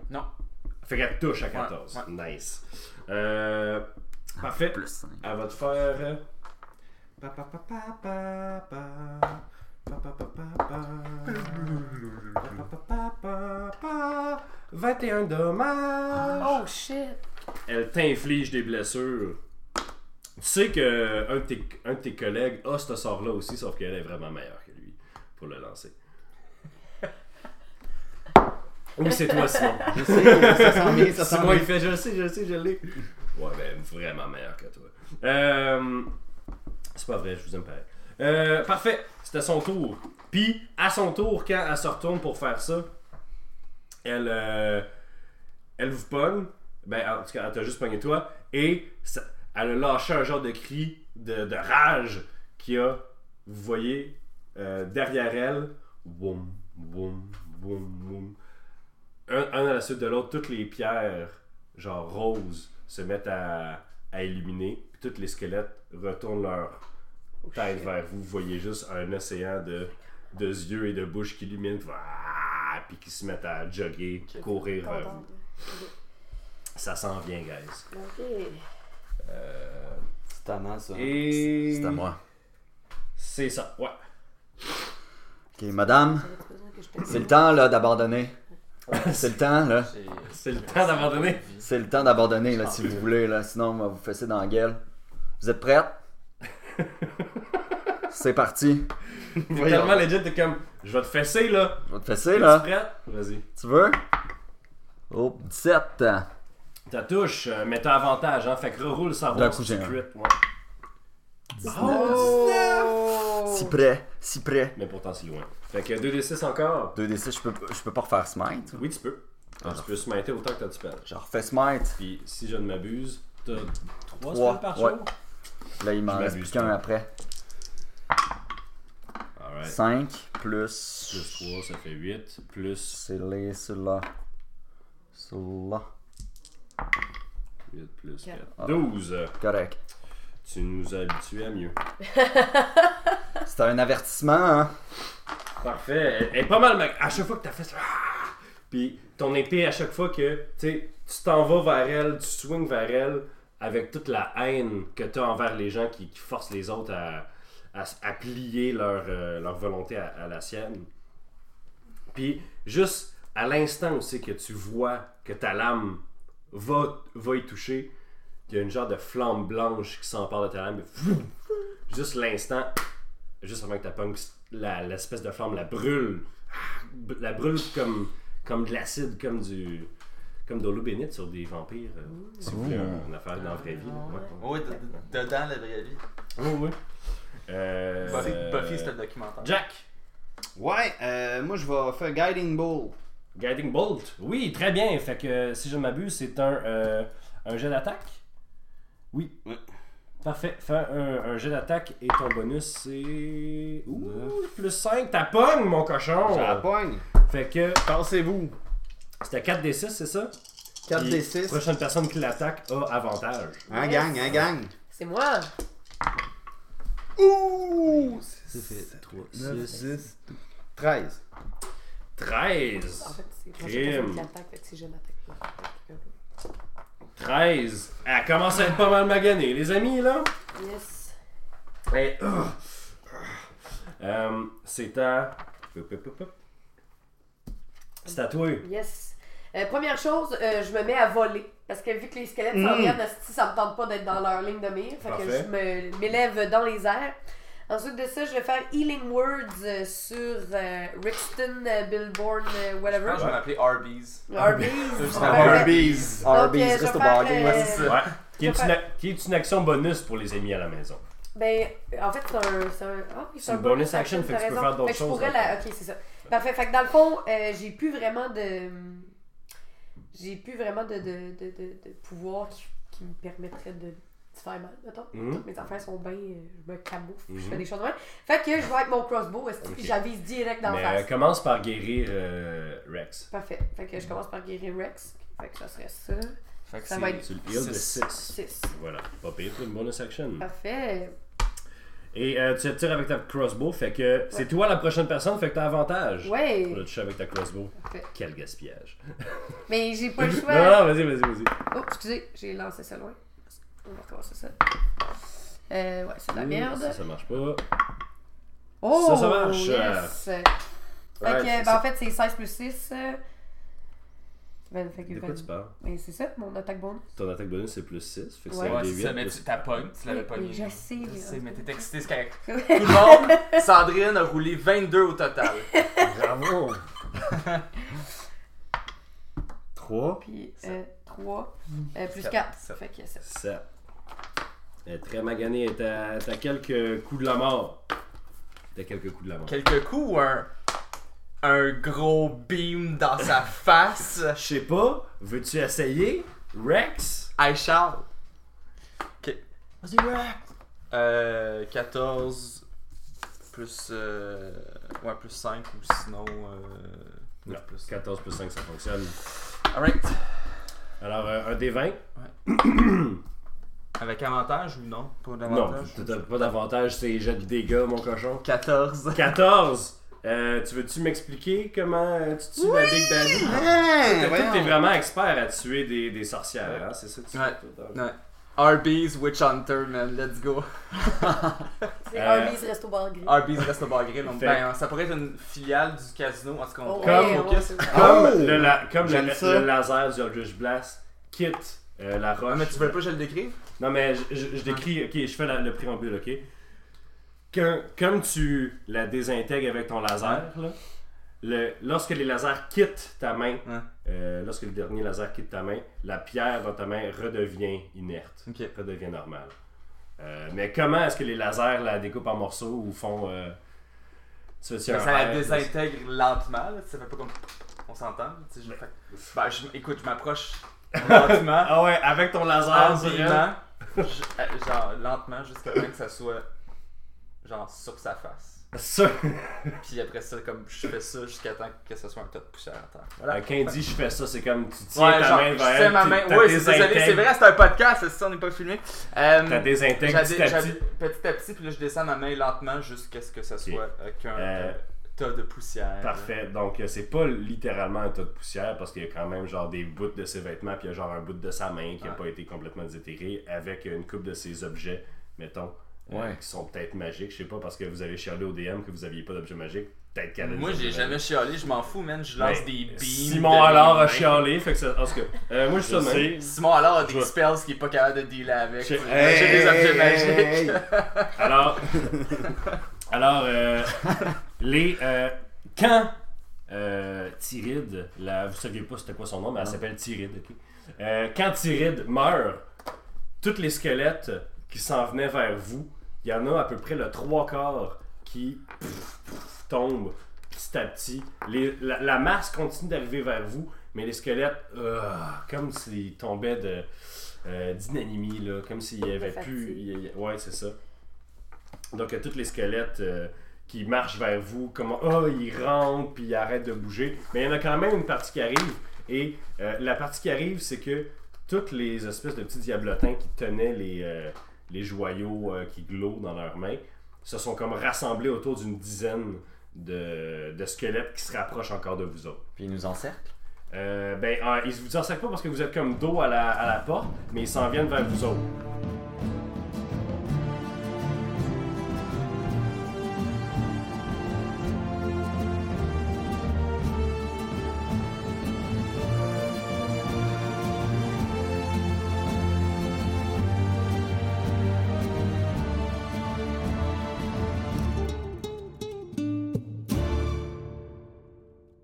C: Non.
A: Fait qu'elle touche à 14. Nice. Euh, parfait.
E: Plus 5.
A: Elle va te faire. euh, pa, pa, pa, pa, pa, pa. Pa, pa, pa, pa, pa. Pa, pa, pa, pa, pa, pa. 21 dommages.
B: Oh shit!
A: Elle t'inflige des blessures. Tu sais que un de tes, un de tes collègues a ce sort-là aussi, sauf qu'elle est vraiment meilleure que lui pour le lancer. Oui, c'est toi, Simon.
D: Je sais, ça sent bien, ça sent
A: Simon, il
D: bien.
A: fait je le sais, je le sais, je l'ai. Ouais, ben vraiment meilleur que toi. Euh, c'est pas vrai, je vous aime pareil. Euh, parfait, c'était son tour. Puis, à son tour, quand elle se retourne pour faire ça, elle, euh, elle vous pogne. Ben, en tout cas, elle t'a juste pogné toi. Et ça- elle a lâché un genre de cri de, de rage qui a, vous voyez, euh, derrière elle, boum, boum, boum, boum un, un à la suite de l'autre, toutes les pierres, genre roses, se mettent à, à illuminer, puis tous les squelettes retournent leur tête vers vous. Vous voyez juste un océan de, de yeux et de bouches qui illuminent, Vaaah puis qui se mettent à jogger, courir euh, vers vous. Ça s'en vient, guys.
B: Ok.
D: C'est à moi, ça.
A: Et.
E: C'est à moi.
A: C'est ça, ouais.
E: Ok, madame,
B: T'avais-tu besoin que je te
E: c'est le temps là d'abandonner. C'est le temps là.
A: C'est le temps d'abandonner.
E: C'est le temps d'abandonner là si vous voulez là, sinon on va vous fesser dans la gueule. Vous êtes prête C'est parti.
A: T'es tellement legit, t'es comme, je vais te fesser là.
E: Je vais te fesser
A: Es-tu
E: là.
A: prête? Vas-y.
E: Tu veux Oh, 17.
A: Ta touche, euh, mais t'as avantage, hein. Fait que reroule sans
E: D'un
A: voir
E: coup,
A: si tu
E: j'ai un.
A: crit, ouais. Oh!
E: 19. Si près, si près.
A: mais pourtant si loin. Fait que 2d6 encore.
E: 2d6, je peux, je peux pas refaire smite.
A: Oui, tu peux.
E: Ah,
A: Tu peux smiter autant que t'as de spells.
E: Je refais smite.
A: Puis si je ne m'abuse, t'as 3
E: Trois,
A: spells par
E: ouais.
A: jour.
E: Là, il m'en
A: Je
E: reste
A: m'abuse
E: plus qu'un
A: pas.
E: après.
A: Alright.
E: 5 plus.
A: Plus 3, ça fait 8. Plus
E: C'est les celui-là. Celui-là.
A: 8, plus 4.
B: Quatre.
A: 12.
E: Correct.
A: Tu nous as habitués à mieux.
E: C'était un avertissement, hein?
A: Parfait. Elle- elle est pas mal, mec. À chaque fois que t'as fait ça. ah! Puis ton épée, à chaque fois que tu sais, tu t'en vas vers elle, tu swings vers elle, avec toute la haine que t'as envers les gens qui, qui forcent les autres à, à s- à plier leur, euh, leur volonté à, à la sienne. Puis juste à l'instant aussi que tu vois que ta lame va, va y toucher, il y a une genre de flamme blanche qui s'empare de ta lame. Juste l'instant, juste avant que ta pogne, la- l'espèce de flamme la brûle. B- La brûle comme, comme de l'acide, comme du. Comme de l'eau bénite sur des vampires. euh, si vous voulez, un- une affaire dans la vraie vie. là. Ouais.
C: Oui, dedans la vraie vie.
A: Oui, oui. Euh, euh,
C: documentaire.
A: Jack,
D: Ouais, euh, moi je vais faire Guiding Ball.
A: Guiding Bolt. Oui, très bien. Fait que euh, si je ne m'abuse, c'est un, euh, un jet d'attaque. Oui.
D: Ouais.
A: Parfait. Fais un, un jet d'attaque et ton bonus c'est. Ouh, plus 5. T'as pogne, mon cochon!
D: Je la pogne.
A: Fait que
D: Oh. Pensez-vous.
A: c'était 4d6, c'est ça?
D: 4d6.
A: La prochaine personne qui l'attaque a avantage.
D: Hein, gang, hein, gang.
B: C'est moi.
D: Ouh!
A: Ça fait 3,
D: 10, 13.
A: 13!
B: En fait, c'est moi, j'ai
A: Crime.
B: personne qui attaque, fait que c'est je n'attaque pas.
A: 13! Elle Ah, commence à être pas mal maganée, les amis, là!
B: Yes.
A: Et- Euh, c'est à. Hop, hop, hop, hop. C'est à toi.
B: Yes. Euh, première chose, euh, je me mets à voler. Parce que vu que les squelettes
E: Mm.
B: s'en viennent, asti, ça me tente pas d'être dans leur ligne de mire. Fait que
A: Parfait.
B: je me- m'élève dans les airs. Ensuite de ça, je vais faire Healing Words euh, sur euh, Rixton, euh, Billboard, euh, whatever.
A: je vais
C: m'appeler Arby's.
B: Arby's. Parfait.
D: Arby's.
E: Ah, Arby's,
B: euh, je
E: reste au
B: vais faire,
E: bargain.
B: euh,
E: Ouais, c'est ça.
A: Ouais. Qui est,
B: Je vais
A: une, a- qui est une action bonus pour les amis à la maison.
B: Ben, en fait, c'est un. C'est un, ah oui,
A: C'est une bonus action, fait que
B: t'as
A: tu peux
B: raison.
A: faire d'autres
B: Fait que je
A: choses,
B: pourrais la- Ok, c'est ça. Parfait. Fait que dans le fond, euh, j'ai plus vraiment de. J'ai plus vraiment de, de, de, de, de pouvoir qui, qui me permettrait de se faire mal, mettons.
A: Mhm.
B: Mes affaires sont bien. euh, Je me camoufle, je fais
A: Mhm.
B: des choses de même. Fait que je vais avec mon crossbow, est-ce que
A: Ok.
B: puis j'avise direct dans
A: Mais
B: la
A: euh,
B: face.
A: commence par guérir euh, Rex.
B: Parfait. Fait que je commence par guérir Rex. Fait que ça serait ça.
C: Fait que
B: Ça
C: c'est-
B: va être-
A: Tu le heal de
C: Six.
A: 6.
B: 6.
A: Voilà, pas pire pour une bonus action.
B: Ah. Parfait.
A: Et euh, tu tires avec ta crossbow, fait que c'est toi la prochaine personne, fait que t'as avantage.
B: Ouais.
A: Pour le toucher avec ta crossbow.
B: Parfait.
A: Quel gaspillage.
B: Mais j'ai pas le choix.
A: Non, non, vas-y, vas-y, vas-y.
B: Oh, excusez, j'ai lancé ça loin. On va recommencer ça. Euh, ouais, c'est de la
A: Ça,
B: merde.
A: ça marche pas.
B: Oh,
A: ça, ça marche.
B: Yes. Fait
A: Ouais,
B: que,
A: c'est
B: ben,
A: ça.
B: en fait, c'est 16 plus 6. euh, Ben, fait que
A: De quoi tu parles
B: Ben, c'est ça, mon attaque bonus.
A: Ton attaque bonus c'est plus 6, fait que
B: Ouais,
A: c'est un
C: Ouais,
A: des
C: c'est ça,
A: 8.
C: mais tu t'as pogné, tu l'avais
B: Oui,
C: pogné.
B: je sais,
C: Je
B: là.
C: sais, mais t'es excité, c'est correct.
B: Ouais.
C: Tout le monde, Sandrine a roulé 22 au total.
A: Bravo!
D: 3.
B: Puis
A: Sept.
B: 3 plus
C: Sept.
B: 4.
C: Sept.
B: Fait que 7.
A: 7. Elle est très maganée. Elle est à, elle est à quelques coups de la mort. Elle est à quelques coups de la mort.
C: Quelques coups ou un. Un gros beam dans sa face.
A: Je sais pas, veux-tu essayer? Rex?
C: I shall. Ok. Vas-y, Euh. 14. Plus. Euh, ouais, plus 5 ou sinon. Euh, 9 plus.
A: 14 plus 5, ça fonctionne.
C: Alright.
A: Alors, euh, un des 20?
C: Avec avantage ou non Pas
A: Non,
C: d'avantage
A: t'as pas d'avantage, c'est jet de dégâts, mon cochon.
C: 14.
A: 14! Euh, tu veux-tu m'expliquer comment euh, tu tues la Big Daddy?
D: Hein,
A: Toi, T'es
D: voyons.
A: vraiment expert à tuer des, des sorcières, hein? c'est ça que tu
C: Ouais.
A: fais, toi,
C: Ouais. Arby's Witch Hunter, man, let's go.
B: C'est
A: Euh,
B: Arby's Resto Bar Gris.
C: Arby's reste au bar grill. donc,
A: Fait-
C: Ben, ça pourrait être une filiale du casino, en tout cas.
B: Oh,
C: on-
A: ouais. Comme- Comme,
D: Oh!
A: le, la- comme le-
D: J'aime ça.
A: le laser du Eldritch Blast quitte euh, la roche.
C: Ah, mais tu veux Ah. pas que je le décrive
A: Non, mais je, je- je décris, ok, je fais la- le préambule, ok? Quand- comme tu la désintègres avec ton laser, là, le- lorsque les lasers quittent ta main,
C: Ouais.
A: euh, lorsque le dernier laser quitte ta main, la pierre dans ta main redevient inerte,
C: Ok.
A: redevient normale. Euh, mais comment est-ce que les lasers la découpent en morceaux ou font. euh, tu veux-tu
C: Mais
A: un
C: ça la
A: air-
C: désintègre lentement, là, tu sais, ça fait pas comme. On s'entend, là, tu sais. je- fait- Ben, je- écoute, je m'approche lentement,
A: Ah ouais, avec ton laser, sur elle.
C: lentement, je- euh, genre lentement jusqu'à temps que ça soit genre sur sa face.
A: Ça,
C: Puis après ça, comme je fais ça jusqu'à temps que ça soit un tas de poussière à terre. Voilà.
A: euh, quand il dit je fais ça, c'est comme tu tiens
C: Ouais,
A: ta
C: genre,
A: main
C: je
A: vers elle.
C: tiens ma
A: tu-
C: main.
A: t'as
C: Oui, c'est c'est vrai,
A: désintègres-
C: c'est vrai, c'est un podcast, c'est ça, on n'est pas filmé. Euh,
A: T'as désintègres
C: j'allais-
A: petit à
C: j'allais-
A: petit.
C: Petit à petit, puis là, je descends ma main lentement jusqu'à ce que ça soit euh, qu'un
A: Euh,
C: euh, tas de poussière.
A: Parfait. Donc, euh, c'est pas littéralement un tas de poussière parce qu'il y a quand même genre des bouts de ses vêtements, puis il y a genre un bout de sa main qui a
C: Ouais.
A: pas été complètement déterré avec une coupe de ses objets, mettons, euh,
E: Ouais.
A: qui sont peut-être magiques. Je sais pas parce que vous avez chialé au DM que vous aviez pas d'objets magiques. Peut-être qu'elle a des
C: Moi, j'ai
A: objets
C: jamais
A: magiques.
C: chialé, je m'en fous, man. Je lance
A: Mais
C: des beams.
A: Ben, Simon
C: de mes
A: alors a
C: mains.
A: chialé, fait que ça. En tout cas, euh, moi je suis
D: Je
A: ça de même.
D: sais.
C: Simon alors a des
D: Je-
C: spells qu'il est pas capable de dealer avec.
D: Je-
C: J'ai des objets magiques.
A: Alors, alors euh, les. euh, quand euh, Tyride, la, vous saviez pas c'était quoi son nom, mais elle s'appelle Tyride, ok? Euh, quand Tyride meurt, tous les squelettes qui s'en venaient vers vous, il y en a à peu près le trois quarts qui pff, pff, tombent petit à petit. Les- la, la masse continue d'arriver vers vous, mais les squelettes, euh, comme s'ils tombaient de. euh, d'inanimie, là, comme s'il y avait
B: fatigue.
A: plus. il y- ouais, c'est ça. Donc, euh, tous les squelettes euh, qui marchent vers vous, comment oh, ils rentrent puis ils arrêtent de bouger. Mais il y en a quand même une partie qui arrive. Et euh, la partie qui arrive, c'est que toutes les espèces de petits diablotins qui tenaient les, euh, les joyaux euh, qui glowent dans leurs mains se sont comme rassemblés autour d'une dizaine de, de squelettes qui se rapprochent encore de vous autres.
E: Puis il nous encercle.
A: Euh, ben, ah, ils vous encerclent pas parce que vous êtes comme dos à la, à la porte, mais ils s'en viennent vers vous autres.